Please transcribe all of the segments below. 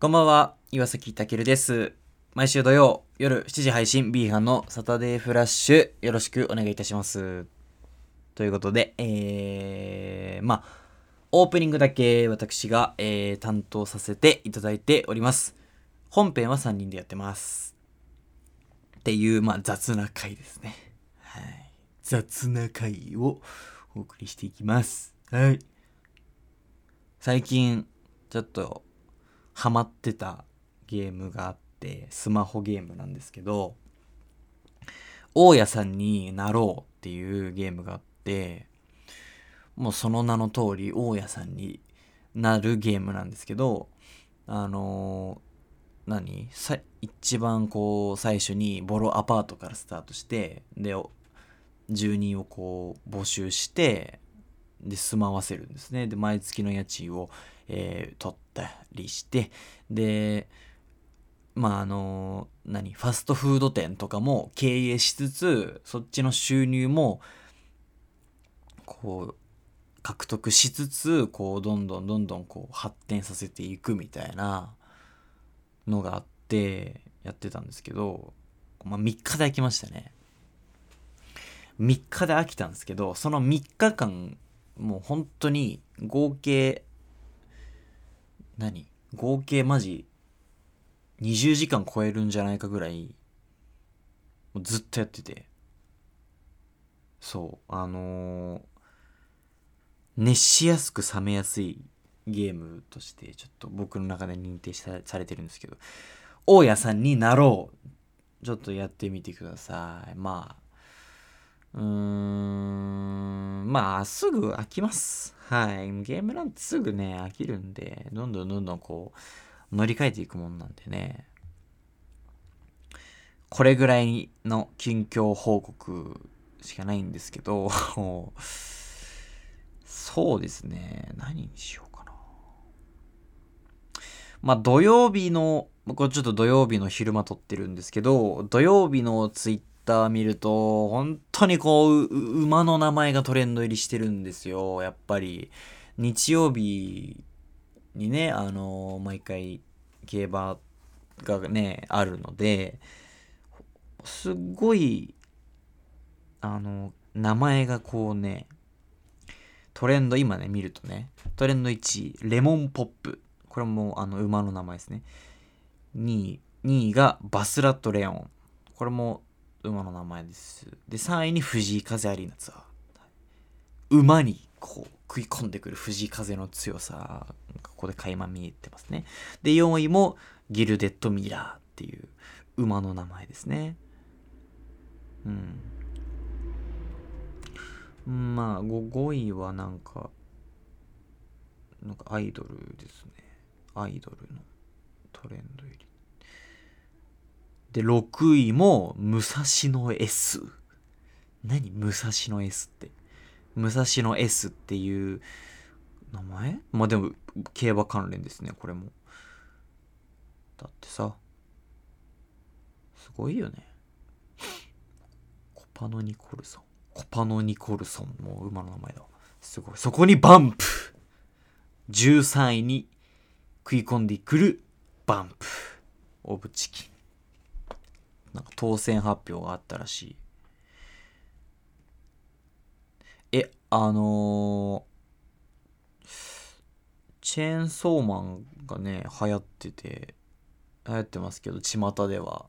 こんばんは、岩崎健です。毎週土曜夜7時配信 B 班のサタデーフラッシュよろしくお願いいたします。ということで、えー、まあ、オープニングだけ私が、えー担当させていただいております。本編は3人でやってます。っていう、まあ、雑な回ですね。はい。雑な回をお送りしていきます。はい。最近、ちょっと、ハマってたゲームがあってスマホゲームなんですけど大家さんになろうっていうゲームがあってもうその名の通り大家さんになるゲームなんですけどあのー何さ一番こう最初にボロアパートからスタートしてでお住人をこう募集してで住まわせるんですねで毎月の家賃を、えー取ったりしてでまああの何ファストフード店とかも経営しつつそっちの収入もこう獲得しつつこうどんどんどんどんこう発展させていくみたいなのがあってやってたんですけど、まあ、3日で飽きましたね3日で飽きたんですけどその3日間もう本当に合計何合計マジ20時間超えるんじゃないかぐらいもうずっとやっててそうあのー熱しやすく冷めやすいゲームとしてちょっと僕の中で認定さされてるんですけど大家さんになろうちょっとやってみてくださいまあうーんまあすぐ飽きますはいゲームなんてすぐね飽きるんでどんどんどんどんこう乗り換えていくもんなんでねこれぐらいの近況報告しかないんですけど そうですね何にしようかなまあ土曜日のこれちょっと土曜日の昼間撮ってるんですけど土曜日のツイッター見ると本当にこううう馬の名前がトレンド入りしてるんですよやっぱり日曜日にねあの毎回競馬がねあるのですっごいあの名前がこうねトレンド今ね見るとねトレンド1位レモンポップこれもあの馬の名前ですね2位2位がバスラットレオンこれも馬の名前ですで3位に藤井風アリーナツアー馬にこう食い込んでくる藤井風の強さがここで垣間見えてますねで4位もギルデッドミラーっていう馬の名前ですねうんまあ 5, 位はなんかなんかアイドルですねアイドルのトレンド入りで6位も武蔵野 S 何武蔵野 S って武蔵野 S っていう名前まあでも競馬関連ですねこれもだってさすごいよねコパノ・ニコルソンコパノ・ニコルソンもう馬の名前だわすごいそこにバンプ13位に食い込んでくるバンプオブチキンなんか当選発表があったらしいえあのーチェーンソーマンがね流行ってて流行ってますけど巷では、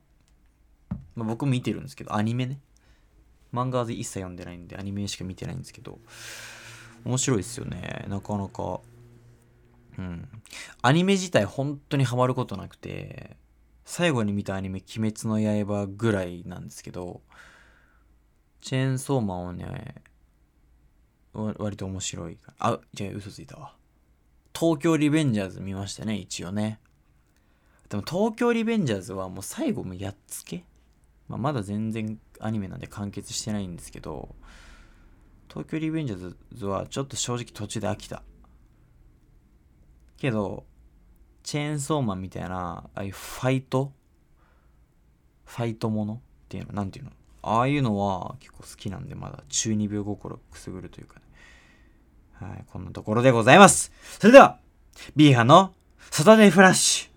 まあ、僕見てるんですけどアニメね漫画で一切読んでないんでアニメしか見てないんですけど面白いですよねなかなかうんアニメ自体本当にハマることなくて最後に見たアニメ「鬼滅の刃」ぐらいなんですけどチェーンソーマンはねわ割と面白いかあじゃあ嘘ついたわ東京リベンジャーズ見ましたね一応ねでも東京リベンジャーズはもう最後もやっつけ、まあ、まだ全然アニメなんで完結してないんですけど東京リベンジャーズはちょっと正直途中で飽きたけどチェーンソーマンみたいなああいうファイトファイトものっていうのなんていうのああいうのは結構好きなんでまだ中二病心くすぐるというかねはいこんなところでございますそれでは B 班のサタデーフラッシュ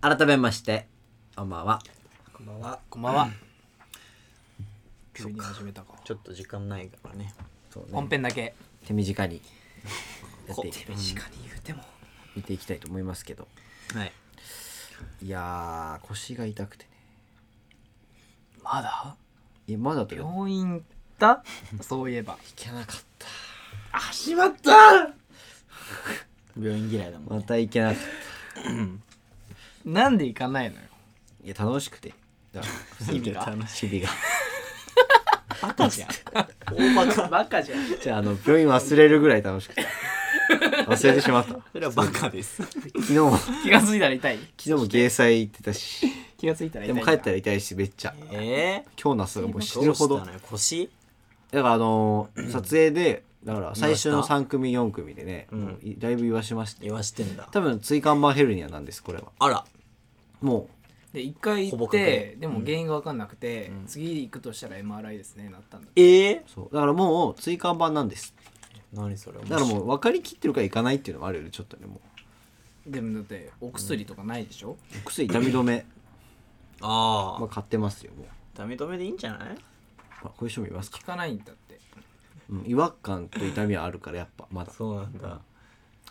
改めましてこんばんはこんばんは。こんばんは。急に始めたか。ちょっと時間ないからね本編だけ。手短にやっこてい手短に言うても。見ていきたいと思いますけどはいいやー腰が痛くてねまだいやまだとよ病院行ったそういえば。いけなかった あ、しまった病院嫌いだもんまたいけなかったなんで行かないのよ。いや楽しくてだから日 々が日々がバカじゃん。大バ カ。バカじゃん。じゃああの病院忘れるぐらい楽しくて忘れてしまったそれはバカです昨日も昨気がついたら痛い。日も芸祭行ってたし気がついたらで痛い。も帰ったら痛いしめっちゃえ 今日の朝がもうー、死ぬほどうしたのよ腰だからあのー撮影でだから最初言のわした3組4組でね、うんもういだいぶ言わしまして言わしてんだ多分椎間板ヘルニアなんですこれはあらもで、一回ほぼ行っ確定て、でも原因が分かんなくて、ん次行くとしたら MRI ですね、なったんだ。ええうそうだからもう椎間板なんです何それだからもう分かりきってるからいかないっていうのもあるよねちょっとねもでもだって、お薬とかないでしょう薬痛み止めああ、まあ買ってますよもうダメ止めでいいんじゃないあこういう人もいますか効、かないんだって。うん、違和感と痛みはあるからやっぱまだそうなんだ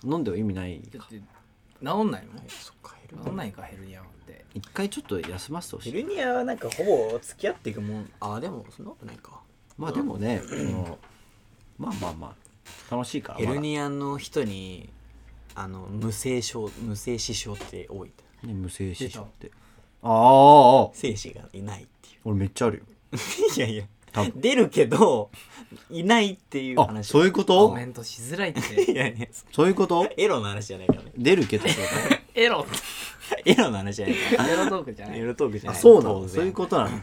飲んでも意味ないだかって、治んないもん。そっかヘ治んないか、ヘルニアはって。一回ちょっと休ませてほしいルニアはなんかほぼ付き合っていくもんああでもそんなことないかまあでもね、あのまあまあまあ楽しいからヘまルだ、ね、ニアの人にあの無精症無精子症って多い無精子症出ってああああ精子がいないっていう俺めっちゃあるよいやいや多分出るけどいないっていうあ話そういうこコとメントしづらいっ いて。やいやそそういうことエロの話じゃないからね出るけどってことエロって。エロの話じゃないかエロトークじゃらなエい。ロトークじゃあないそうな当の然そういうことなの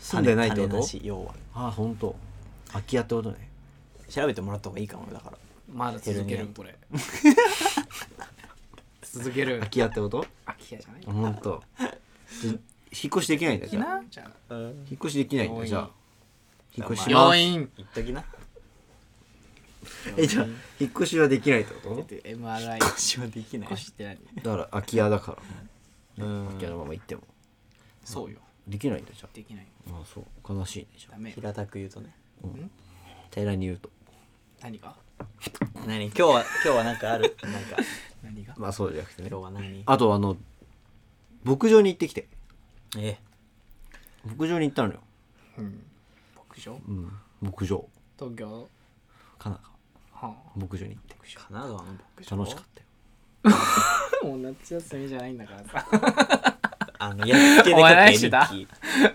住んでないってこ種となし要はああ本当空き家ってことね調べてもらった方がいいかもだからまだ続けヘルニるアこれ続ける空き家ってこと空き家じゃないあ本当で引っ越しできないんだきじゃあなじゃあうん引っ越しできないん病だ院じゃあ引っ越しします病院言っときなえじゃあ引っ越しはできないってこ MRI 私はできない腰って何とだから空き家だからうん空き家のまま行ってもそうよできないんだじゃできないああそう悲しいねじゃダメ平たく言うとねあ平らに言うと何が何今日は今日はなんかあるなんか何がまあそうじゃなくてね今日は何あとあの牧場に行ってきてえ牧場に行ったのようん牧場うん牧場東京かなかは牧場に行って神奈川の牧場楽しかったよあもう夏休みじゃないんだから さあのやっつけでお書前何けしてた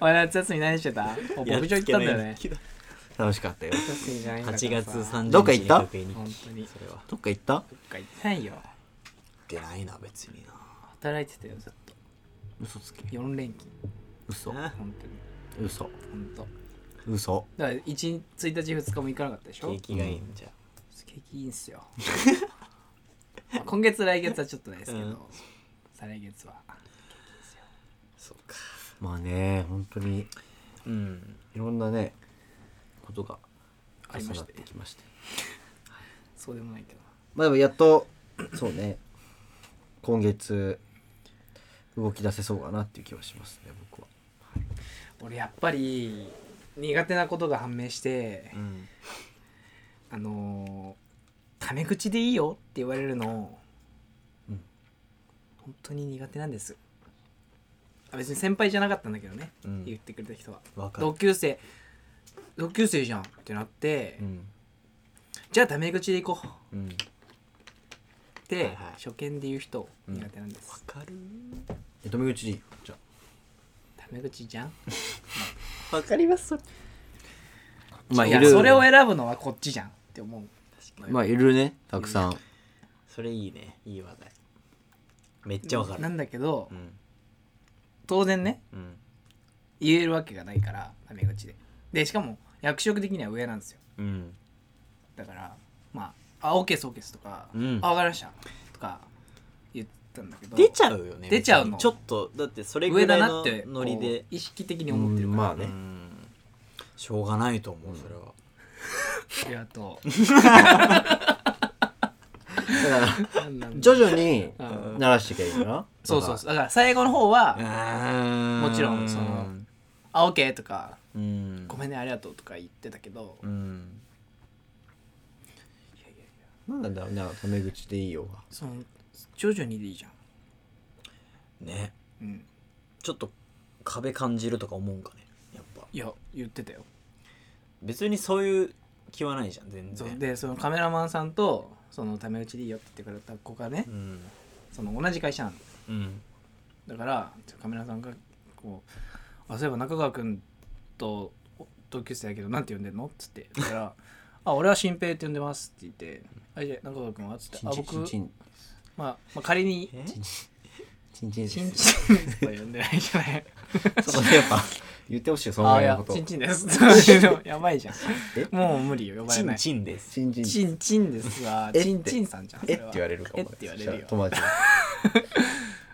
お前夏休み何してたもうや牧場行ったんだよねつけの日記楽しかったよ夏休みじゃないんだから8さ月30日どっか行ったに書く絵日記本当にそれはどっか行ったどっか行ってないよ出ないな別にな働いてたよずっと嘘つけ4連勤嘘な本当に嘘本当嘘だから1日1日2日も行かなかったでしょ景気がいいんじゃ景気いいんすよ まあ今月来月はちょっとないですけど、うん再来月はそうかまあね本当にいうんろんなねことがあり重まなしったてきましてそうでもないけどまあでもやっとそうね今月動き出せそうかなっていう気はしますね僕は俺やっぱり苦手なことが判明してう、んあのータメ口でいいよって言われるの、うん本当に苦手なんですあ別に先輩じゃなかったんだけどね、うん言ってくれた人はわかる同級生同級生じゃんってなって、うんじゃあタメ口でいこううんわで、はいはい初見で言う人苦手なんです、かるえ止め口でいいよじゃタメ口じゃんわかりますそれあまあいいやるそれを選ぶのはこっちじゃんって思うまあいるねたくさんそれいいねいい話題めっちゃわかるなんだけど、うん当然ねうん言えるわけがないからタメ口ででしかも役職的には上なんですようんだからまあ「あオーケーですオーケーです」とか「うんあ分かりました」とか言ったんだけど出ちゃうよね出ちゃうの別にちょっとだってそれぐ上らだいなのってノリでこう意識的に思ってるから、まあうねんしょうがないと思うそれはありがとうからなんなんだ徐々にうん慣らしていけばいいかな そうそうそうだから最後の方はももちろんその「あオッケー」とかうん「ごめんねありがとう」とか言ってたけどうんなんなんだろうなタメ口でいいよがその徐々にでいいじゃんねうんちょっと壁感じるとか思うんかねやっぱいや言ってたよ別にそういう気はないじゃん全そう然でそのカメラマンさんとそのタメ口でいいよって言ってくれた子がねうんその同じ会社なのうんだからカメラさんがこう「あそういえば中川君とお同級生だけどなんて呼んでんの?」っつってだから「あ俺は新平って呼んでます」って言って「あじゃあ中川君は?」っつって「チンあチンチン僕チンまあ、まあ仮にえチンチンですチンチンと呼んでないじゃないそこでやっぱ言ってほしいよそのあいぐらいやのことチンチンですでもやばいじゃんえもう無理よ呼ばれチなンいチンですチンチンチンチンですわえってチンチンさんじゃんそえっれては言われるかもえって言われるよ友達に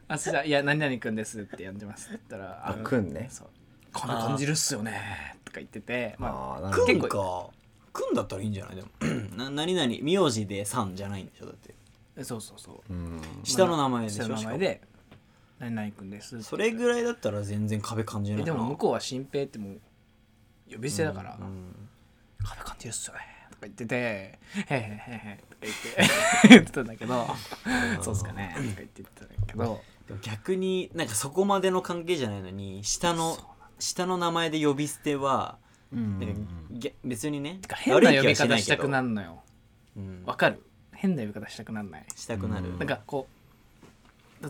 あそしたらいや何々くんですって呼んでますって言ったらあのくんねそうこんな感じるっすよねとか言っててまあああなるほくどんかくんだったらいいんじゃないでも な何々名字でさんじゃないんでしょだってそうそうそううん下の名前でしょ下の名前しで何々くんですかもそれぐいらいだったら全然壁感じないでかなも向こうは新平ってもう呼び捨てだからうん壁感じるっすよねとか言ってて「へへへへ」とか言って言ってたんだけど「そうっすかね」とか言ってたんだけどでも逆になんかそこまでの関係じゃないのに下の下の名前で呼び捨てはうんなんかぎゃ別にねてか変な悪い呼気はび方いしけたどくなるのようんわかる変な呼び方したくなんないしたくなるうんなんかこう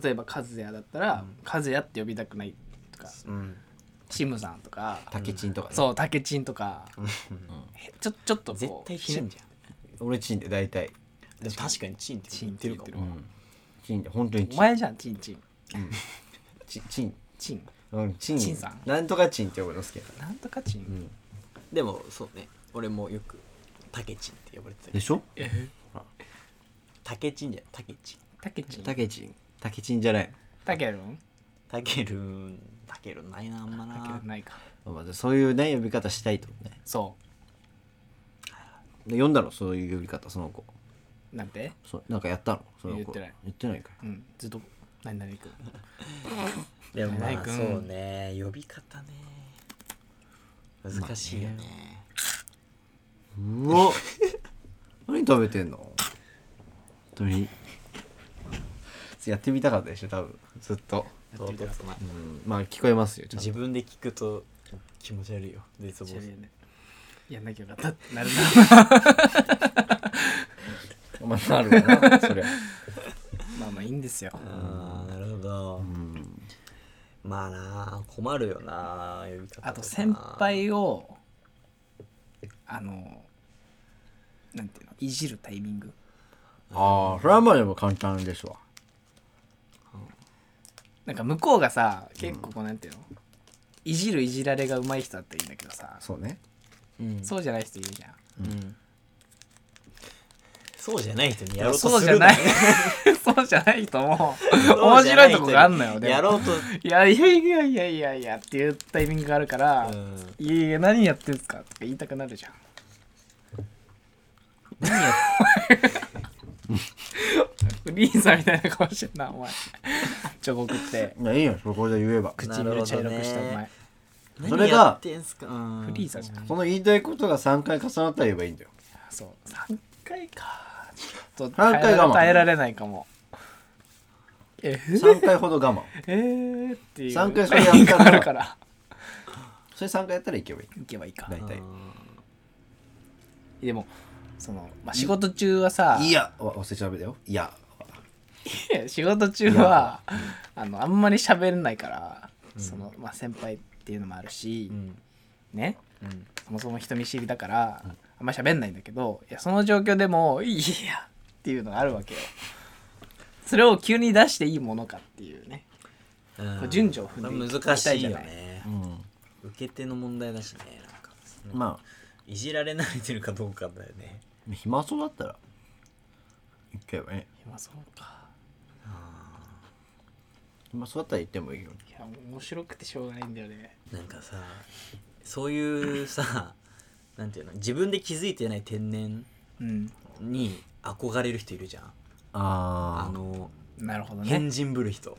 例えば和也だったらうん「和也」って呼びたくないとかうん「シムさん」とかタケチンとかねそう「竹ちん」とかんへちょちょっとこう絶対チンじゃん俺チンって大体でも確かにチンってチ言ンっっててる言かってもるうんチンって本当におチン前じゃんチンチンチンチンチンうんチンチンさんなんとかチンって呼ぶの好きだからなんとかチン、うんでもそうね俺もよくタケチンって呼ばれてたけでどしょタケチンじゃんタケチンタケチンタケチンタケチンじゃないタケルンタケルンタケルンないなあんまタケなルンないかまあそういうね呼び方したいとねそで読んだのそういう呼び方その子うなんてそうなんかやったのその子言ってない言ってないかうんずっと何々くんでもまナイあくんそうね呼び方ね難しいよねうわ 何食べてんの鳥やってみたかったでしょ多分ずっと、唐突なうん、まあ聞こえますよちゃん自と分で聞くと気持ち悪いよ絶望するやんなきゃよかったってなる お前なるわ なそりゃなまあまあいいんですよあーなるほどうんまあなあ困るよなあ呼び方かなあと先輩をあのなんていうのいじるタイミングああそれはまあでも簡単ですわなんか向こうがさ結構こうなんていうの、いじるいじられがうまい人だったらいいんだけどさそうねうんそうじゃない人いるじゃんうんそうじゃない人にやろうとするそうじゃない ねそうじゃない人もそ面うじゃな白いい人にとこがあんのよでもやろうといやいやいやいやいやいやっていうタイミングがあるから、うんいやいや何やってんすかとか言いたくなるじゃん何やフリーザみたいな顔してんなお前チョコ食っていやいいよそこで言えば唇茶色くしたお前、なるそれが何やってんすかうんフリーザじゃんその言いたいことが3回重なったら言えばいいんだよそう3回かちょっと三耐回えら我慢耐えられないかもえ3回ほど我慢えー、っていう三回それやったらあるからそれ3回やったらいけばいい 行けばいいか大体でもその、まあ、仕事中はさいやわ忘れちゃダメだよいやいや仕事中はあのあんまり喋れないから、そのまあ、先輩っていうのもあるし、うんねうんそもそも人見知りだから、あんまり喋んないんだけどいやその状況でも「いや」っていうのがあるわけよそれを急に出していいものかっていうねうんこう順序を踏んでいきた難いじゃなしいいよねうん受け手の問題だしねなんかそのまいじられ慣れてるかどうかだよねあ暇そうだったらいけばいい今そうかまあ、そうだったら言ってもいいよ。いや面白くてしょうがないんだよねなんかさそういうさなんていうの自分で気づいてない天然うんに憧れる人いるじゃんあああのなるほどね変人ぶる人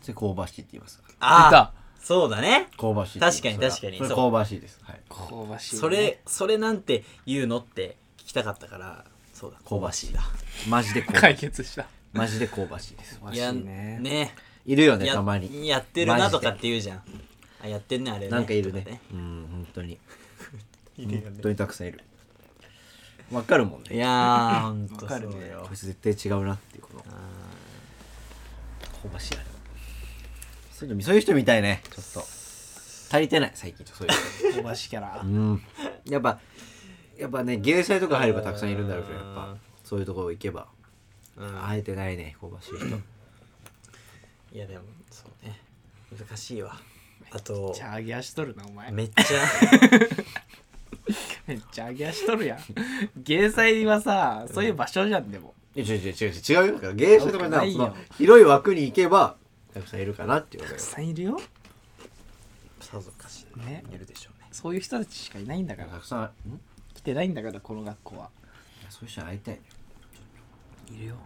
それ香ばしいって言いますから出あたあそうだね香ばしいって言い確ますかに確かにそれそう香ばしいですはい香ばしいねそれそれなんて言うのって聞きたかったからそうだ香ばしいだマジ で香ばし解い決したマジで香ばしいです香ばいしいやねねいるよねやたまにやってるなとかって言うじゃんあやってんねあれねなんかいるねとうん本当に いるよ本ね当にたくさんいるわかるもんねいやーほんとわかそるねうだよこいつ絶対違うなっていうこの香ばしいあれそういうのそういう人見たいねちょっと足りてない最近そうい う香ばしいキャラ人うんやっぱやっぱね芸祭とか入ればたくさんいるんだろうけどやっうぱんそういうところ行けばうん会えてないね香ばしい 人いやでもそうね難しいわあとめっちゃ揚げ足とるなお前めっちゃめっちゃ揚げ足とるやん芸祭はさそういう場所じゃんでもいや違う違う違う違うよだから芸者とかじゃなないいよその広い枠に行けばたくさんいるかなっていうことたよくさんいるよさぞかしねいるでしょうねそういう人たちしかいないんだからたくさんんい来てないんだからこの学校はやそういう人に会いたいねいるよ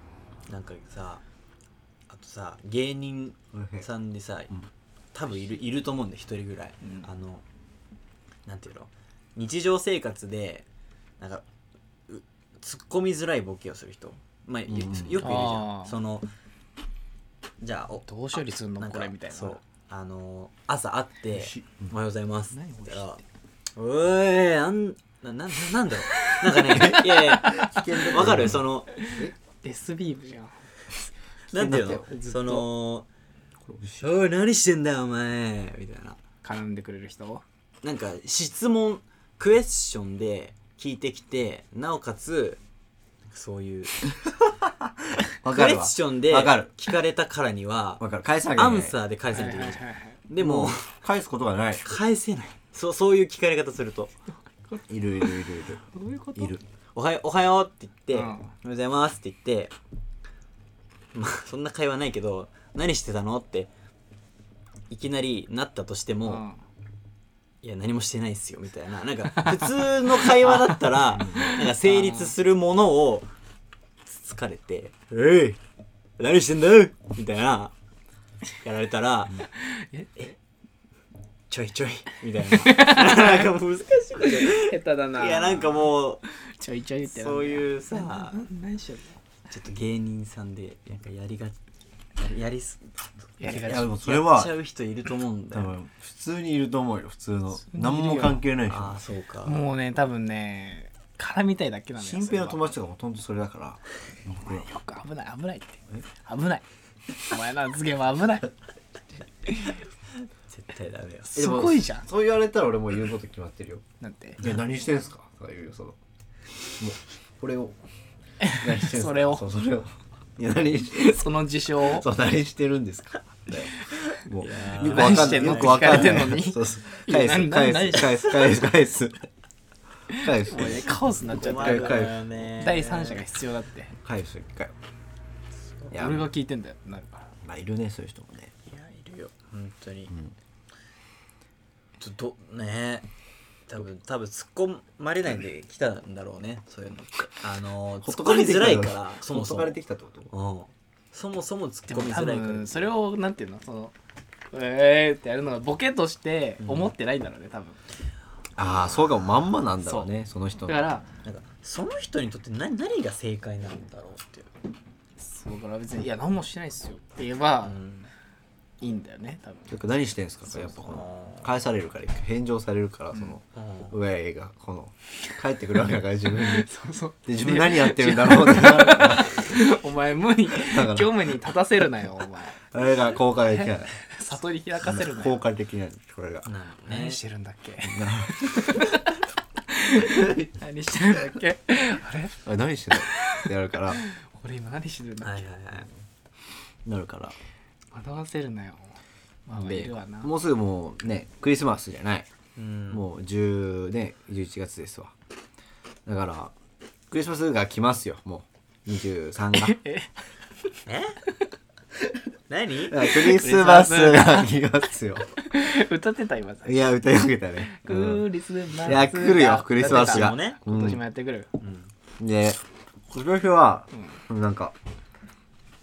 なんかさあとさ芸人さんでさ、うん多分いるいると思うんだ一人ぐらい、うんあのなんていうの日常生活でなんかう突っ込みづらいボケをする人まあ、んよよくいるじゃあんーそのじゃあおどう処理すんのなんかこれみたいなそうあの朝会って「おはようございます」って何言ったら「おーいなんなななんだろうなんかね いやいやわかるそのデスビームじゃんなんていう聞のきずっとそのこれ美味しいおい何してんだよお前みたいな絡んでくれる人なんか質問クエスチョンで聞いてきてなおかつそういうわクかエるわスチョンでわかる聞かれたからにはわかる返さなきゃアいけンないサーで返はせいなはいいといはけいないじゃんでも返すことがない返せないそうそういう聞かれ方するといるいるいるいるどういうこといる「おはようおはよう」って言って「おうんはようございます」って言ってまあそんな会話ないけど「何してたの?」っていきなりなったとしてうも、んいや何もしてないっすよみたいななんか普通の会話だったらなんか成立するものをつつかれて「えい何してんだよ!」みたいなやられたら「ええちょいちょい」みたいななんか難しいことい下手だないやなんかもちょいちょいうってそうういうさ何してんのちょっと芸人さんでなんかやりがややりすやりいがやでちもそれはやっちゃう人いると思うんだ多よ分普通にいると思うよ普通のにいるよ何も関係ないああ人そうかもうね多分ね絡みたいだけなんだよ新平の友達達とかほとんどそれだから僕ら危ない危ないって危ないお前の発言は危ない絶対ダメよすごいじゃえでんもそう言われたら俺もう言うこと決まってるよなんていや何してんすかとか言うよそのもうこれを何してんすかそれをそうそれをいや何してその事象 をそう何してるんですかだよもうよやーくわか何んしなていんのよくわかんって聞なかいれてんのにそうそういや返す何返何す返す返す返す返すもうねカオスになっちゃっ困てるるよよね第三者が必要だって返す一回いや俺が聞いてんだよってなるからまあいるねそういう人もねいやいるよ本当に、ちょっとね多分多分突っ込まれないんで来たんだろうねそういうのってあのーほっ突とっ込みてきづたらいからそもそほっとかもれてきたってこうとんそもそも突でっも込み多づらいから分それをなんていうのそのえーってやるのがボケとして思ってないんだろうね多分ああそうかもまんまなんだろうねその人だのからなんかその人にとって何何が正解なんだろうっていう、そうだから別に「いや何もしてないっすよ」って言えば、うんいいんだよね多分よく何してんすかやっぱこの返されるから一回返上されるからそのうんウェイがこの帰ってくるわけだから自分にでそうそう自分何やってるんだろうってなるから お前無理ら業務に立たせるなよお あ前れが公開できない悟り開かせるな公よ開できないこれがなるほどね何してるんだっけ 何してるんだっけあれあれ何してんのってやるから俺今何してるんだっはけいはいはいなるから惑わせるなよまあまあいでるわなもうすぐもうねクリスマスじゃないうんもう10ね11月ですわだからクリスマスが来ますよもう23が ええ何だからクリスマスが来ますよ歌ってた今さいや歌い上げたね、うクん、リスマスいや来るよクリスマスだっが、てさもうねう今年んもやってくるで今年は、なんか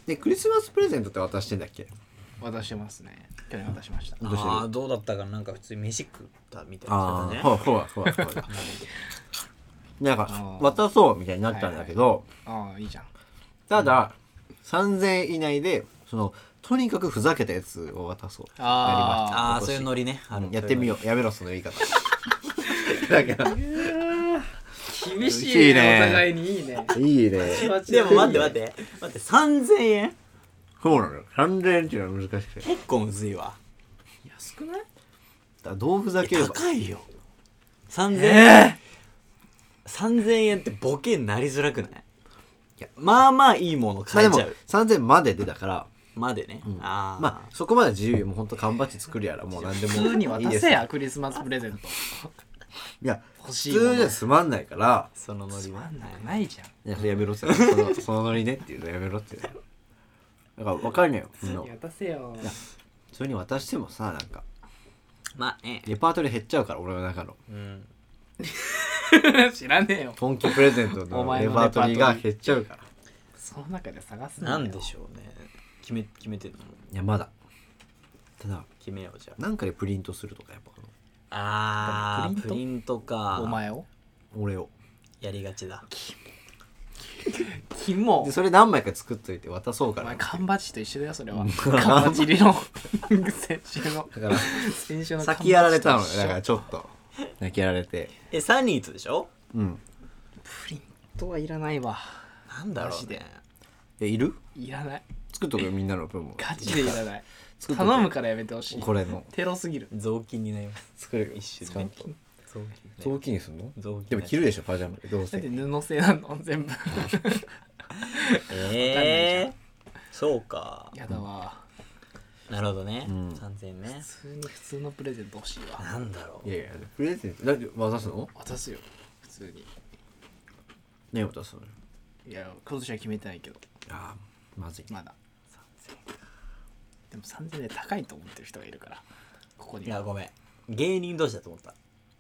でクリスマスプレゼントって渡してんだっけ渡してますね去年渡しましたどうしてるああどうだったかななんか普通に飯食ったみたいあなあねほらほらほらほらなんか渡そうみたいになったんだけど、ああいいじゃんただ、3000円以内でそのとにかくふざけたやつを渡そうあーああそういうノリねああるのやってみようやめろその言い方だから厳しいねお互いにいいねいいねでも待って待って待って3000円そうなのよ3000円っていうのは難しくてだか結構むずいわ安くないらどうふざければ高いよ3000円、3000円ってボケになりづらくないいやまあまあいいものまあ買でえもちゃう3000円まででだからまでね、ああまあそこまで自由よもうほんと缶バッジ作るやらもう何でも普通いにい渡ですせいやクリスマスプレゼントや欲普しいもの通じゃつまんないからそのノリはなんかないじゃんいやそれやめろってそのそのノリねっていうのやめろってだから分かるのよその渡せよそれに渡してもさなんかまあねレパートリー減っちゃうから俺の中のうん、知らねえよ今季プレゼント のお前レのパートリーがレパートリー減っちゃうからその中で探すなんでょしょうね決め決めてるのいやまだただ決めようじゃなんかでプリントするとかやっぱこああーププリリントかお前をの俺をやりがちだキモでそれ何枚か作っといて渡そうおかな前だか缶バッジと一緒だよそれは缶バッジ理 論先週のら先週の 缶バッジと一緒先やられたのよだからちょっと泣きやられてえサニーとでしょうんプリントはいらないわなんだろマジうねでえいるいらない作っとくよみんなの分もガチでいらない作っとく頼むからやめてほしいこれのテロすぎる雑巾になります作るよ一瞬使うねと雑巾雑巾にすんの雑巾でも着るでしょパジャマどうだってせ布製なの全部ええそうかやだわなるほどね、うん3000円ね普通に普通のプレゼント欲しいわなんだろいやいやプレゼントだって渡すの渡すよ普通にね渡すのよいや今年は決めてないけどあーまずいまだでも3000円高いと思ってる人がいるからここうにいやはごめん芸人同士だと思った、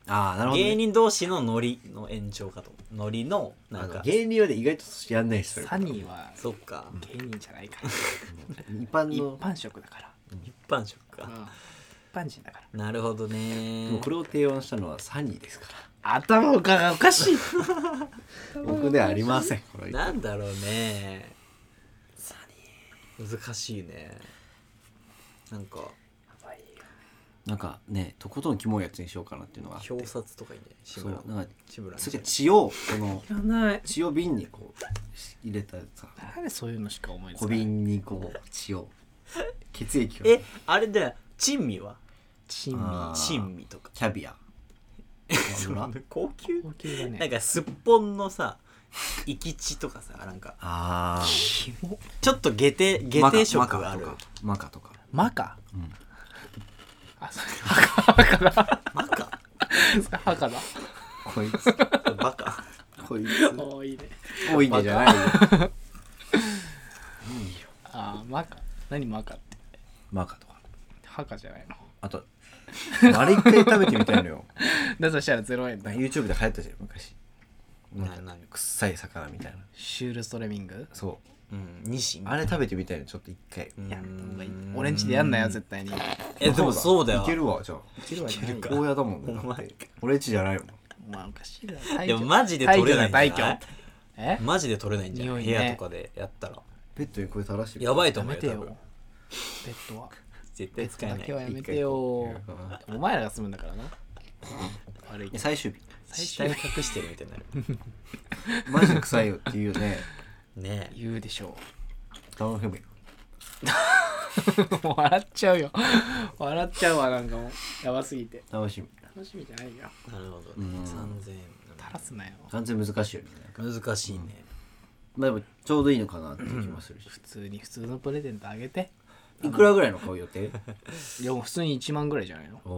ああなるほどね芸人同士のノリの延長かとノリのなあんのか芸人はね意外とやんない人サニーはそっか芸人じゃないから一般一の般職だから一般職か、一般人だからなるほどでねもこれを提案したのはサニーですか頭おかおかしいら僕ではありませんこの意なんだろうねサニー難しいねなんかなんかねとことんキモいやつにしようかなっていうのは表札とかいいね志そう村なんか志村それか血をこのいらない血を瓶にこうし入れたさなんでそういうのしか思いつ小かない瓶にこう血を血液をえあれだよ珍味は珍あー珍味とかキャビア そあの 高級高級だねなんかすっぽんのさ生き地とかさなんかあーキモちょっと下手下マカ手色があるマカとかマカとかマカうんあそれマカマカだバカそれマカだ こいつバカこいつおーいいね多いねじゃないよあーマカ何マカってマカとかハカじゃないのあとあれ一回食べてみたいのよだとしたら0円なだんか YouTube で流行ったじゃん昔なんなかなんか臭い魚みたいなシュールストレミングそうん西うあれ食べてみたいのちょっと一回うんやめた方がいい俺んちでやんなよ絶対にえでもそうだよいけるわじゃあいけるわけない荒野だもんねお前だって俺んちじゃないもんお前おかしいだろでもマジで取れないんじゃないえマジで取れないんじゃん、匂い部ね屋とかでやったらベッドにこれ垂らしてやばいとや思うめよて多よ分ベッドは絶対使えだなけはいやめてよ一回こお前らが住むんだからな悪いいや最終日死体隠してるみたいになるマジで臭いよっていうね ねえ言うでしょ頼むようもう笑っちゃうよ笑っちゃうわなんかもうやばすぎて楽しみ楽しみじゃないよなるほどうん3000垂らすなよ完全難しいよねなんか円難しいね、まあでもちょうどいいのかなって気もするし普通に普通のプレゼントあげていくらぐらいの買う予定でも普通に1万ぐらいじゃないのお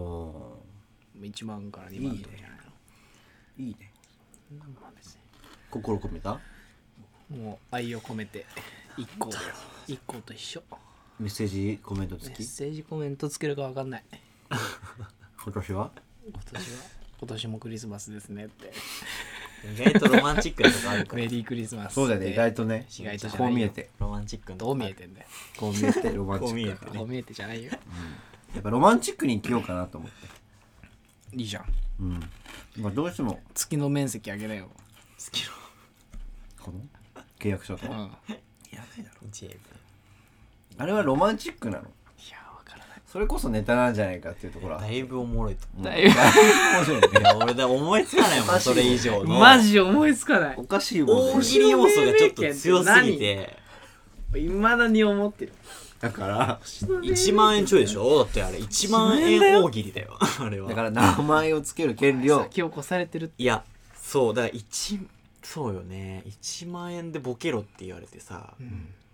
お1万から2万とかじゃないのーいいねまあ別心込めたにもう愛を込めて1個1個と一緒メッセージコメントメ付ッきセージコメントつけるか分かんない今年は今年は今年もクリスマスですねって意外とロマンチックなとこあるからメリークリスマスそうだよね意外とね意外とじゃないよこう見えてロマンチックなとどこう見えてんだよこう見えてロマンチックだからこう見えてじゃないよやっぱロマンチックに生きようかなと思っていいじゃんうんまあどうしても月の面積あげなよスキロこの契約書とうんいやわ1円あれはロマンチックなのからないそれこそネタなんじゃないかっていうところはだいぶおもろいと思だいぶ面白いねういや俺だ思いつかないもんそれ以上のマジ思いつかないおかしいもん大ね喜利要素がちょっと強すぎていまだに思ってるだから1万円ちょいでしょだってあれ1万円大喜利だよあれはだから名前をつける権利を先を越されてるいやそうだから1そうよね1万円でボケろって言われてさ、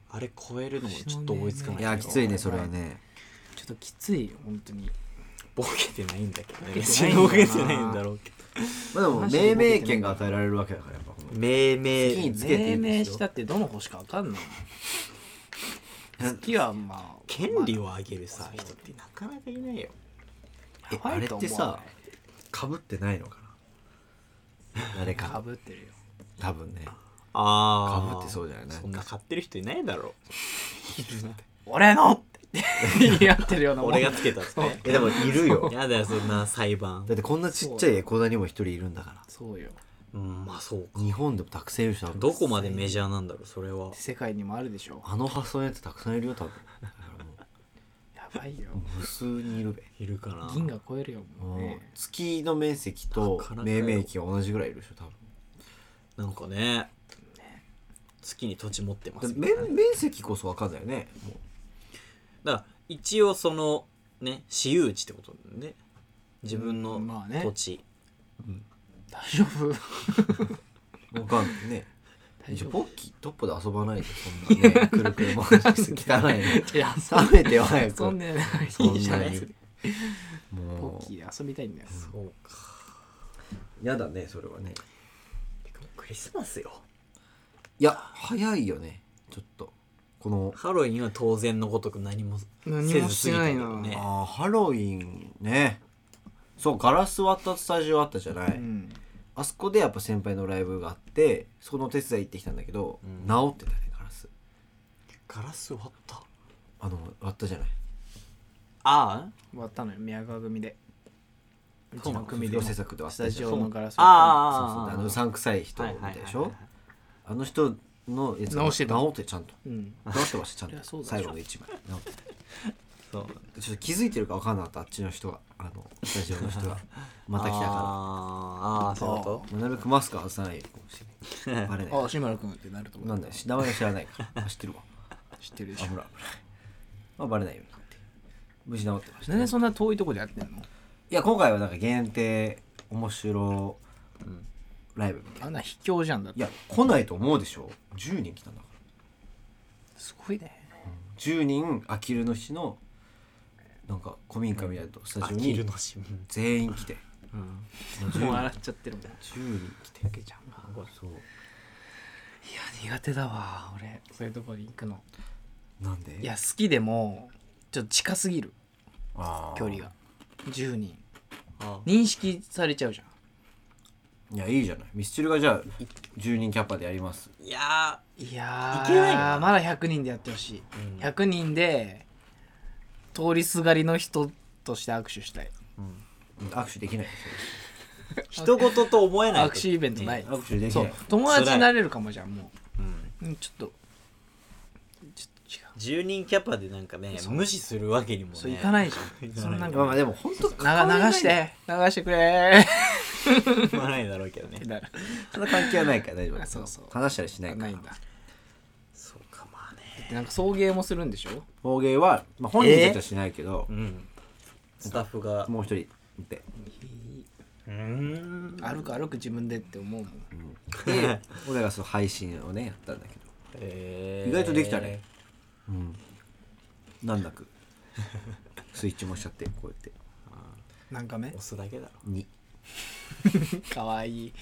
あれ超えるのもちょっと思いつかないいけどやきついねそれはねちょっときついよ本当にボケてないんだけどねボケ別てにないボケて ないんんだなだろうけどまあでも命名権が与えられるわけだからやっぱこ命の好き名につけてい命い名ですしよたってどの星かわかんないもん月はまあ権利を上げるさ人ってなかなかいないよえあれってさかぶってないのかな誰かかぶってるよ多分ねあ被ってそうじゃないそんな買ってる人いないだろ俺のって言い合ってるようなもん俺がつけたっつってえでもいるよやだよそんな裁判だってこんなちっちゃいエコダにも一人いるんだかそうようんまあそうから日本でもたくさんいる人多分どこまでメジャーなんだろうそれは世界にもあるでしょあの発想のやつたくさんいるよ多分だからもやばいよう無数にいるべいるかな銀河超えるよもうもうね月の面積となかなかよ命名期が同じぐらいいるでしょ多分なんかね月に土地持ってまだすってみたいな面面積こそ分かんないよねもうだから一応そのね私有地ってことだよね自分のうんまあね土地、大丈夫わかんないね。大じ丈ゃあ夫ポッキートップで遊ばないでそんなねくるくる回して汚いねいやそ冷めてよ早くそんなやそんなにいいじゃないポもッキーで遊びたいんだよそうかうやだねそれはねクリスマスよいや早いよねちょっとこのハロウィンは当然のごとく何も何もしてないなせず過ぎたけどねあーハロウィンねそうガラス割ったスタジオあったじゃない、うんあそこでやっぱ先輩のライブがあってその手伝い行ってきたんだけど、うん直ってたねガラスガラス割ったあの割ったじゃないあ終わったのよ宮川組でうそちうなのの組で卒業も制ス作で割ったタじジゃんオのガラスあそうそうあああのうさんくさい人みはいはたいはいいではしいょあの人のやつ直してた直ってちゃんとうん直って ましたちゃんいやそとうだ最後の一枚直ってそうたちょっと気づいてるか分かんなかったあっちの人があのスタジオ の人がまた来たかあーあーそういうこらなるべくマスク外さないようにしてバレないあ志村君ってなると思うなんだよ名前は知らないからあ知ってるわ知ってるでし危ょない危ないまあバレないようになって無事直ってましたなんでそんな遠いとこでやってんのいや今回はなんか限定面白ライブみたいなあんな卑怯じゃんだっいてや来ないと思うでしょ10人来たんだからすごいね10人あきる野市のなんか古民家みたいなとスとタあジオきるにのし全員来てうんもう笑っちゃってるもんい10人来てじゃんそうや苦手だわ俺そういうとこに行くのなんでいや好きでもちょっと近すぎるあー距離が10人あ認識されちゃうじゃんいやいいじゃないミスチルがじゃあ10人キャパでやりますいやいやーいけないよなまだ100人でやってほしい、うん100人で通りすがりの人として握手したいー、うん、握手できない人事と思えない握手イベントない、ね握手できそなうい友達になれるかもじゃんもうんう、うん、ちょっとちょっと違10う人キャパでなんかね無視するわけにもねそう行かないじゃん、行かそないんなんまあまかあでも本当な流して流して くれ行かないだろうけ どねーなそんな関係はないから大丈夫あそうそう話したりしないからないんだそうかまあねでなんか送迎もするんでしょ陶芸は、まあ、本人たちはしないけどう、んスタッフがもう一人いてうん歩く歩く自分でって思うも んで俺がその配信をねやったんだけどえー意外とできたねうん難なくスイッチもしちゃってこうやってなんかね押すだけだろにかわいい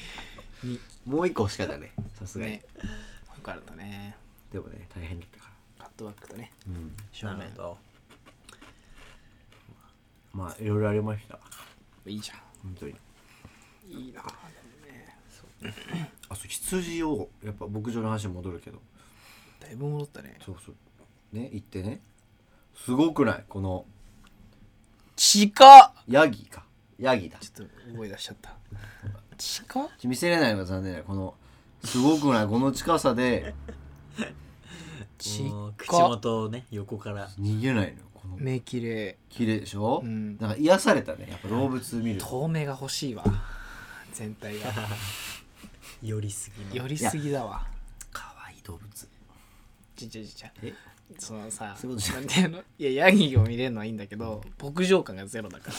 もう一個欲しかったねさすがに、ねよかったねでもね大変だったからカットバックとねうん正面どまあいろいろありましたいいじゃん本当にいいなあそう羊をやっぱ牧場の話に戻るけどだいぶ戻ったねそうそうね行ってねすごくないこの近っヤギかヤギだちょっと思い出しちゃった近っ見せれないのが残念だよこのすごくないこの近さで近っ口元をね横から逃げないのよこの目綺麗綺麗でしょ、うんなんか癒されたねやっぱ動物見ると遠目が欲しいわ全体が寄りすぎの寄りすぎだわ可愛い動物ちっちゃいちっちゃいえそのさそういうことじゃなんていうのいやヤギを見れるのはいいんだけど牧場感がゼロだか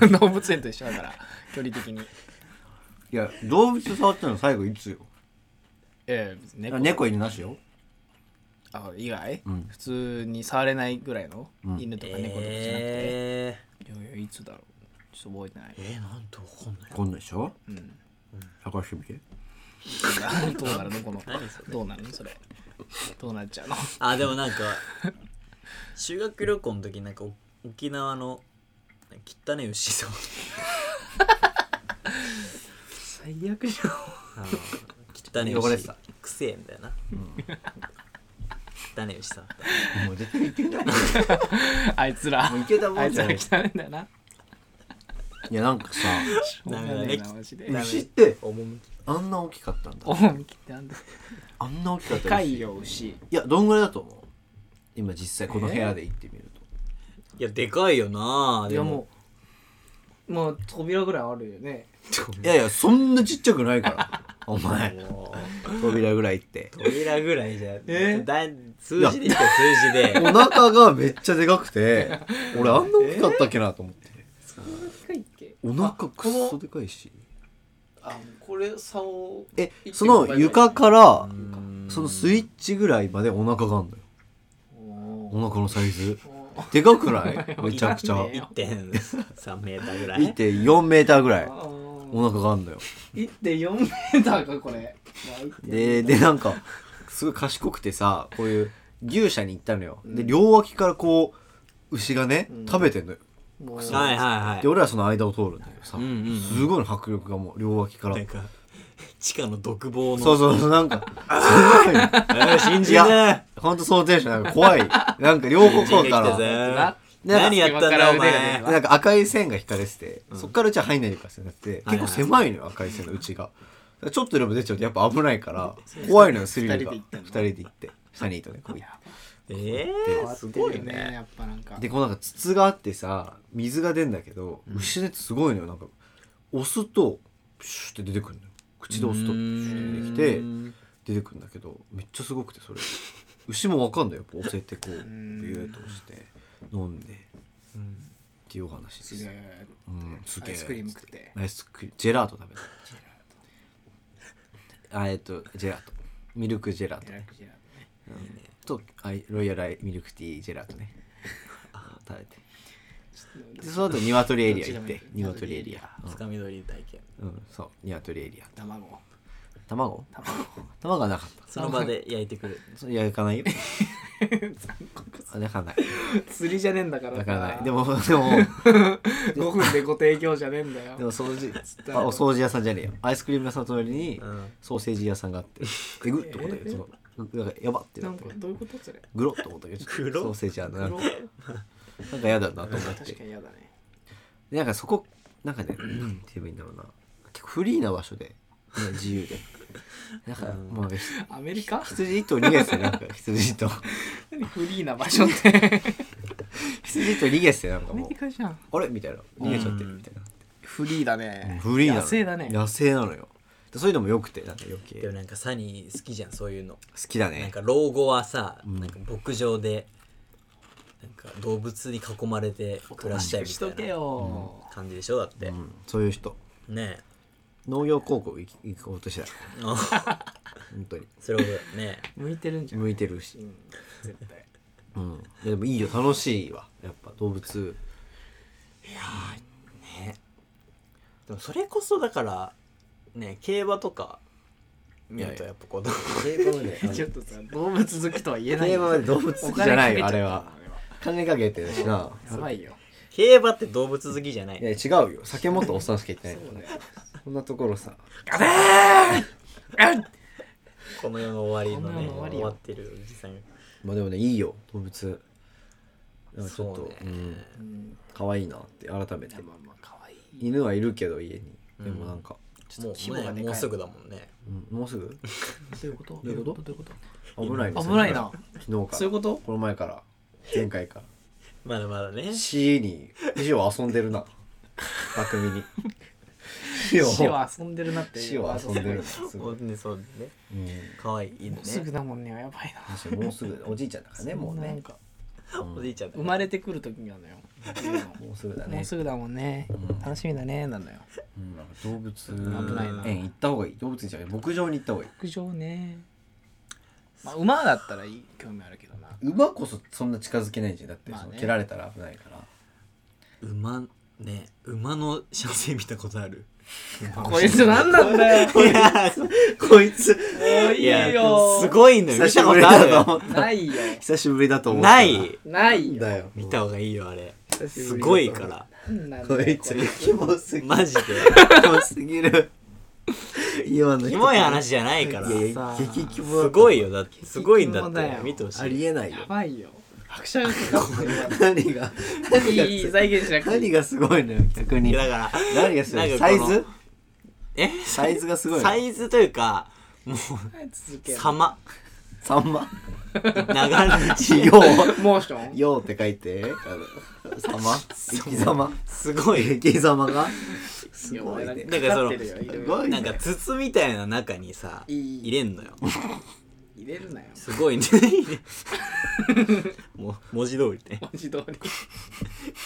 ら 動物園と一緒だから距離的にいや動物触ったの最後いつよええ別に猫猫猫いるなしよあ以外、うん普通に触れないぐらいの、うん犬とか猫とかじゃなくて、えいやいやいつだろうちょっと覚えてないー、えー、なんとわかんない今度でしょうん探してみてどうなるの この何それどうなるのそれどうなっちゃうのあでもなんか 修学旅行の時なんかお沖縄の汚ね牛と最悪じゃんあの汚ね汚れ牛てたくせえんだよな、汚ね牛さんもう絶対いけたもんもあいつらういけたあもんいつじゃらない汚いんだよないやなんか さダメだねしょうがねえなマジでダメ牛って趣あんな大きかったんだおんきってなんだあんな大きかったでらかしいよ牛いやどんぐらいだと思う今実際この部屋で行ってみると、いやでかいよないやもうもう扉ぐらいあるよねいやいやそんなちっちゃくないからお前もう扉ぐらいって扉ぐらいじゃえだ数字でいったら数字おで腹がめっちゃでかくて俺あんな大きかったっけなと思って、でかいっけお腹くっそでかいしあこれ竿え1.5その床かうらんそのスイッチぐらいまでお腹があんのよおーお腹のサイズおでかくないめちゃくちゃいいね1.3メーターぐらい1.4メーターぐらいーお腹があんのよ1.4メーターかこれででなんかすごい賢くてさこういう牛舎に行ったのよで両脇からこう牛がねうん食べてんのよもうはいはいでは俺らその間を通るんだけどさうんうんうんすごいの迫力がもう両脇かいらなんか地下の独房のそうそうそうなんか すごいあー新い人やだほんとそのテンションなんか怖いなんか両新人方そうがか来らたぜな何やったんだお前なんか赤い線が引かれてて、そっからうちは入んないでくださいなって、はいはい結構狭いのよ赤い線のうちがだからちょっとでも出ちゃうとやっぱ危ないから怖いのよスリルが二人で行ったの二人で行ってサニーとねこう行ってえ変ーわってするごいよねやっぱなんかでこうなんか筒があってさ水が出んだけど、牛のやつすごいのよなんか押すとプシュって出てくるのよ口で押すとプシュって出てきて出てくるんだけどめっちゃすごくてそ れ牛もわかんないよやっぱ押せてこうビューっと押して飲んでっていうお話ですすげね、えうん、すげアえイスクリーム食ってアイスクリームジェラート食べたあえっとジェラートミルクジェラートねとあいロイヤルアイミルクティージェラー トね食べてでその後鶏エリア行ってどっちでも鶏いいエリアつかみ取り体験うん、うん、そう鶏エリア卵卵卵卵はなかったその場で焼いてくるそういや焼か ないよあ焼かない釣りじゃねえんだから焼かないでもでも5分でご提供じゃねえんだよでも掃除あお掃除屋さんじゃねえよアイスクリーム屋さんの隣にうんソーセージ屋さんがあってえぐっと思ったけどそのうなんかやばってななっんてかどういうことそれグロっと思ったけどちょっグロとソーセージ屋だな確んかかなんか嫌だなと思ってに嫌だねでなんかそこなんかねなんて言えばいいんだろうな結構フリーな場所で自由 でなんかもうなんかひアメリ カ羊一頭逃げてたよなんか羊一頭何フリーな場所って羊一頭逃げてたよなんかアメもリカじゃんうあれみたいな逃げちゃってるみたいなフリーだねフリーなの野生だね野生なのよそういうのもよくてなんか余計でも好なんかサニー好きじゃんそういうのきだなんねか老後はさ、んなんか牧場でなんか動物に囲まれて暮らしたいみしとたけいなよ感じでしょだって、うんそういう人ね農業高校行き行こうとしてたえあ本当にそれをね向いてるんじゃん向いてるし、絶対うん、いやでもいいよ楽しいわやっぱ動物でもそれこそだからね競馬とか見るとやっぱこ う動競馬は ねちょっとさ動物好きとは言えない競馬は動物好きじゃないよあれはや金かけてるしなばいよ競馬って動物好きじゃないいや違うよ酒もっとおっさんしか言ってないからねそんなところさこの世の終わりのこのね世の終わり終よわってるおじさんがまあでもねいいよ動物なんかちょっそうとねうんうん可愛いなって改めてまあまあ可愛い犬はいるけど家にでもなんか、も規模うがねでかいもうすぐだもんねうんもうすぐどういうことどういうことどういうこ危ないとね危ないな昨日かそういらうことこの前から前回からまだまだね死に死を遊んでるな巧みに死を死は遊んでるなって死を遊んでるなすもごい、うねそうねうん、可愛いねもうすぐだもんねやばいな確かにもうすぐおじいちゃんだからねもうそんななねん、かうんおじいちゃんだ生まれてくる時なのよもうすぐだもねうすぐだもんねうん楽しみだねなのようんなんか動物危ないな園行った方がいい動物園じゃない牧場に行った方がいい牧場ねまあ馬だったらいい興味あるけどな馬こそそんな近づけないじゃんだって、まあねその蹴られたら危ないから馬ね馬の写生見たことあるこいつ何なんだよいやこいつもういいよすごいのよ久見したこぶりとだあとる思ったないよ 久しぶりだと思ったないないよだよ見た方がいいよあれ久しすぶりだとごいからなんなんだよこいつこれキモすぎるマジでキモすぎる今のキモい話じゃないからいやいさや激キモだすったごいよだってすごいんだっ激キモだてよ見てほしありいえないよやばいよ拍車がかかってるよ何が何がいい再現しなくてい何いがすごいのよ逆いにやだから何がすごいのなサんイかこのズえサイズがすごいのサイズというかもう続ける様サン マ流れよモーショうンようって書いてあのサマ生き様すごい生き様がすいやごい俺ねなんかかかってるよそのいろいすろごいなんねか筒みたいな中にさいい入れんのよ入れるなよすご いねもう文字通りね文字通り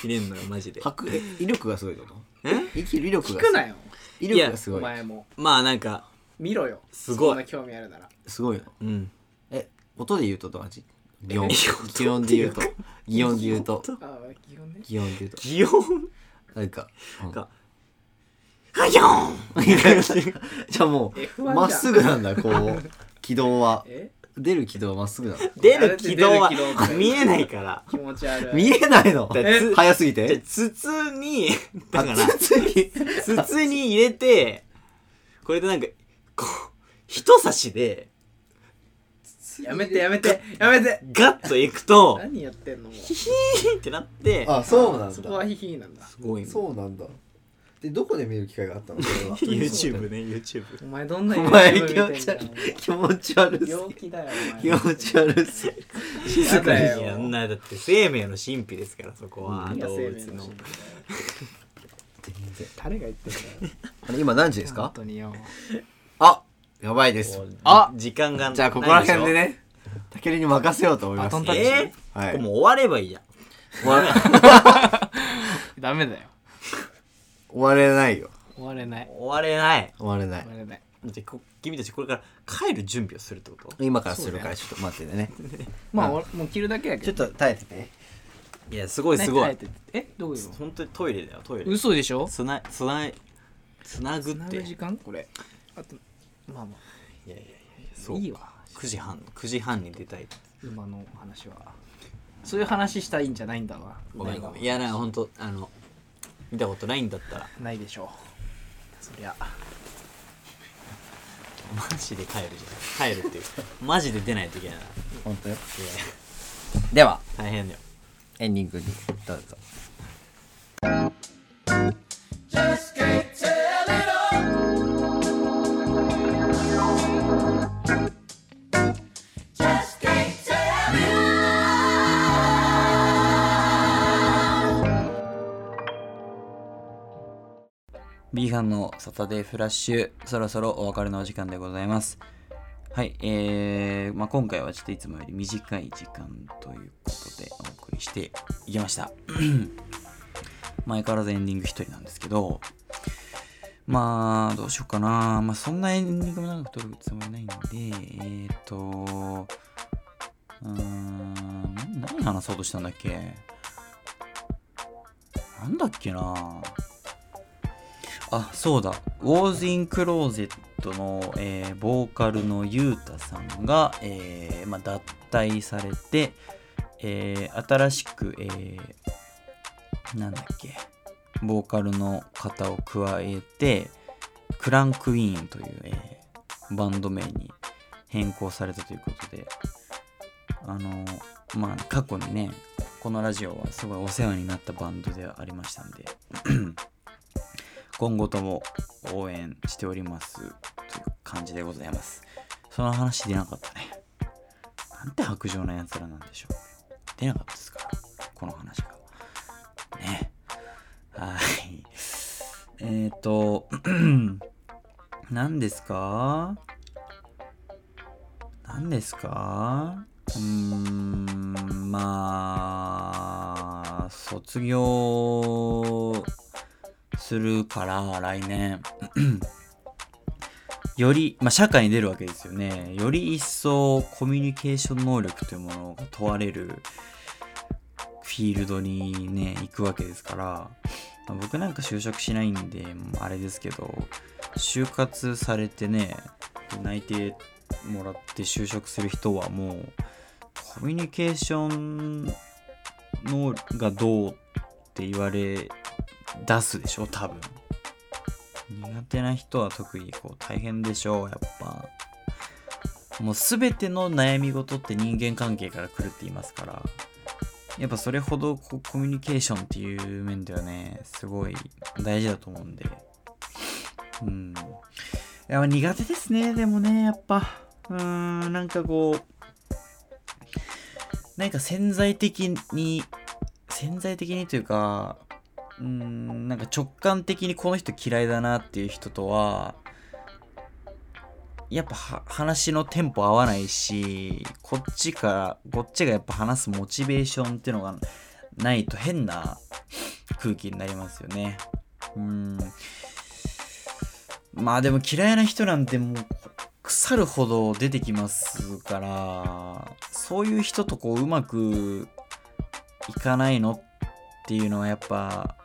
入れんのよマジではく威力がすごいってことえ生きる威力聞がくなよ威力がすごおい前もまあなんか見ろよすごいそんな興味あるならすごいのうんえ音で言うとどんな感じ擬音え擬音で言うと擬音で言うとああ基本ね擬音で言うと擬音なんかうんかはぎょーんじゃあも F1 じうゃんまっすぐなんだこ う軌道はえ出る軌道はまっすぐなの 出る軌道は出る軌道って見えないから気持ち悪い見えないのだからつ早すぎじゃあて筒にだあから筒に筒に入れてこれでなんかこう人差しでやめてやめてや めてガッといくと 何や ってんのもうヒヒーンってなってあそうなんそこはヒヒーなんだすごいねそうなんだでどこで見る機会があったのそ れは YouTube ね YouTube お前どんなお前 YouTube 見てんだよ 気持ち悪お前い病気だよお気前持ち悪い静やかだいによやんなだって生命の神秘ですからそこは動生物命のの神秘誰が言ってんだよあれ今何時です本か当によあやばいですあ時間がじゃあここら辺ねでねたけるに任せようと思いますバトンタッチえはー、ここいもう終わればいいじゃん終われダメだよ終われないよ終われない終われない終われない終われないだってこ君たちこれから帰る準備をするってこと今からするからちょっと待っててねまあ俺もう着るだけやけちょどっと耐えてていやすごいすご耐えいててえどういうの本当にトイレだよトイレ嘘でしょつないつないつなぐっ何ての時間これあとまあまいあやいやいやそういいわ9時半9時半に出たい馬の話はそういう話したいんじゃないんだわごめんごめんいやなんか本当あの見たことないんだったらないでしょうそりゃマジで帰るじゃん帰るっていうマジで出ないといけないな本当よいやいやでは大変だよエンディングにどうぞビーガンのサタデーフラッシュ、そろそろお別れのお時間でございます。はい、えー、まあ今回はちょっといつもより短い時間ということでお送りしていきました。 前からずエンディング一人なんですけど、まあ、どうしようかな。まあ、そんなエンディングも長く撮るつもりないんで、えーと、うーん、な何話そうとしたんだっけなんだっけなあそうだ「ウォーズ・イン・クローゼットの」えーボーカルのゆうたさんが、えーまあ、脱退されて、えー新しく、えーなんだっけボーカルの方を加えて、クランクイーンという、えーバンド名に変更されたということであのまあ過去にねこのラジオはすごいお世話になったバンドではありましたんで今後とも応援しておりますという感じでございますその話出なかったねなんて薄情なやつらなんでしょう出なかったですからこの話がねはいえっ、ー、と何ですか何ですかうーんまあ卒業するから来年 より、まあ、社会に出るわけですよねより一層コミュニケーション能力というものが問われるフィールドにね行くわけですから、まあ僕なんか就職しないんでもうあれですけど就活されてね内定もらって就職する人はもうコミュニケーションのがどうって言われ出すでしょ多分苦手な人は特にこう大変でしょうやっぱもう全ての悩み事って人間関係から来るって言いますからやっぱそれほどこうコミュニケーションっていう面ではねすごい大事だと思うんでうんいや苦手ですねでもねやっぱうーんなんかこうなんか潜在的に潜在的にというかうーんなんか直感的にこの人嫌いだなっていう人とはやっぱは話のテンポ合わないしこっちからこっちがやっぱ話すモチベーションっていうのがないと変な空気になりますよねうーんまあでも嫌いな人なんてもう腐るほど出てきますからそういう人とこううまくいかないのっていうのはやっぱ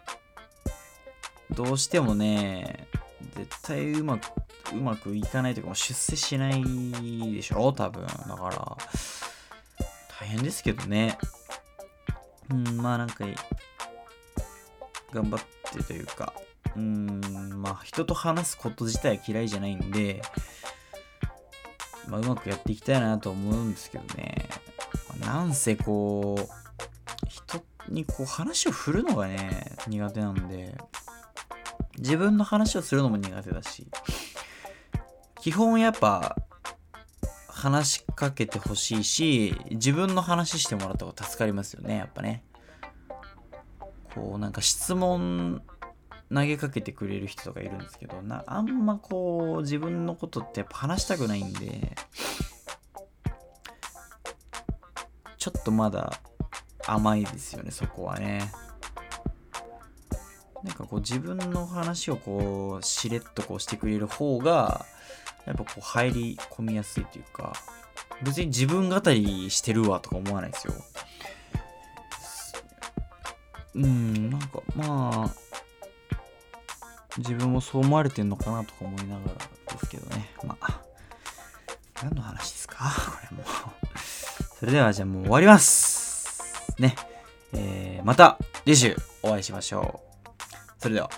どうしてもね絶対うまくうまくいかないというかもう出世しないでしょ多分だから大変ですけどねうんまあなんか頑張ってというかうーんまあ人と話すこと自体は嫌いじゃないんで、まあ、うまくやっていきたいなと思うんですけどね、まあなんせこう人にこう話を振るのがね苦手なんで自分の話をするのも苦手だし基本やっぱ話しかけてほしいし自分の話してもらった方が助かりますよねやっぱねこうなんか質問投げかけてくれる人とかいるんですけどなあんまこう自分のことってやっぱ話したくないんでちょっとまだ甘いですよねそこはねなんかこう自分の話をこうしれっとこうしてくれる方がやっぱこう入り込みやすいというか別に自分語りしてるわとか思わないですようんなんかまあ自分もそう思われてんのかなとか思いながらですけどねまあ何の話ですかこれもうそれではじゃあもう終わりますねえーまた次週お会いしましょうそれでは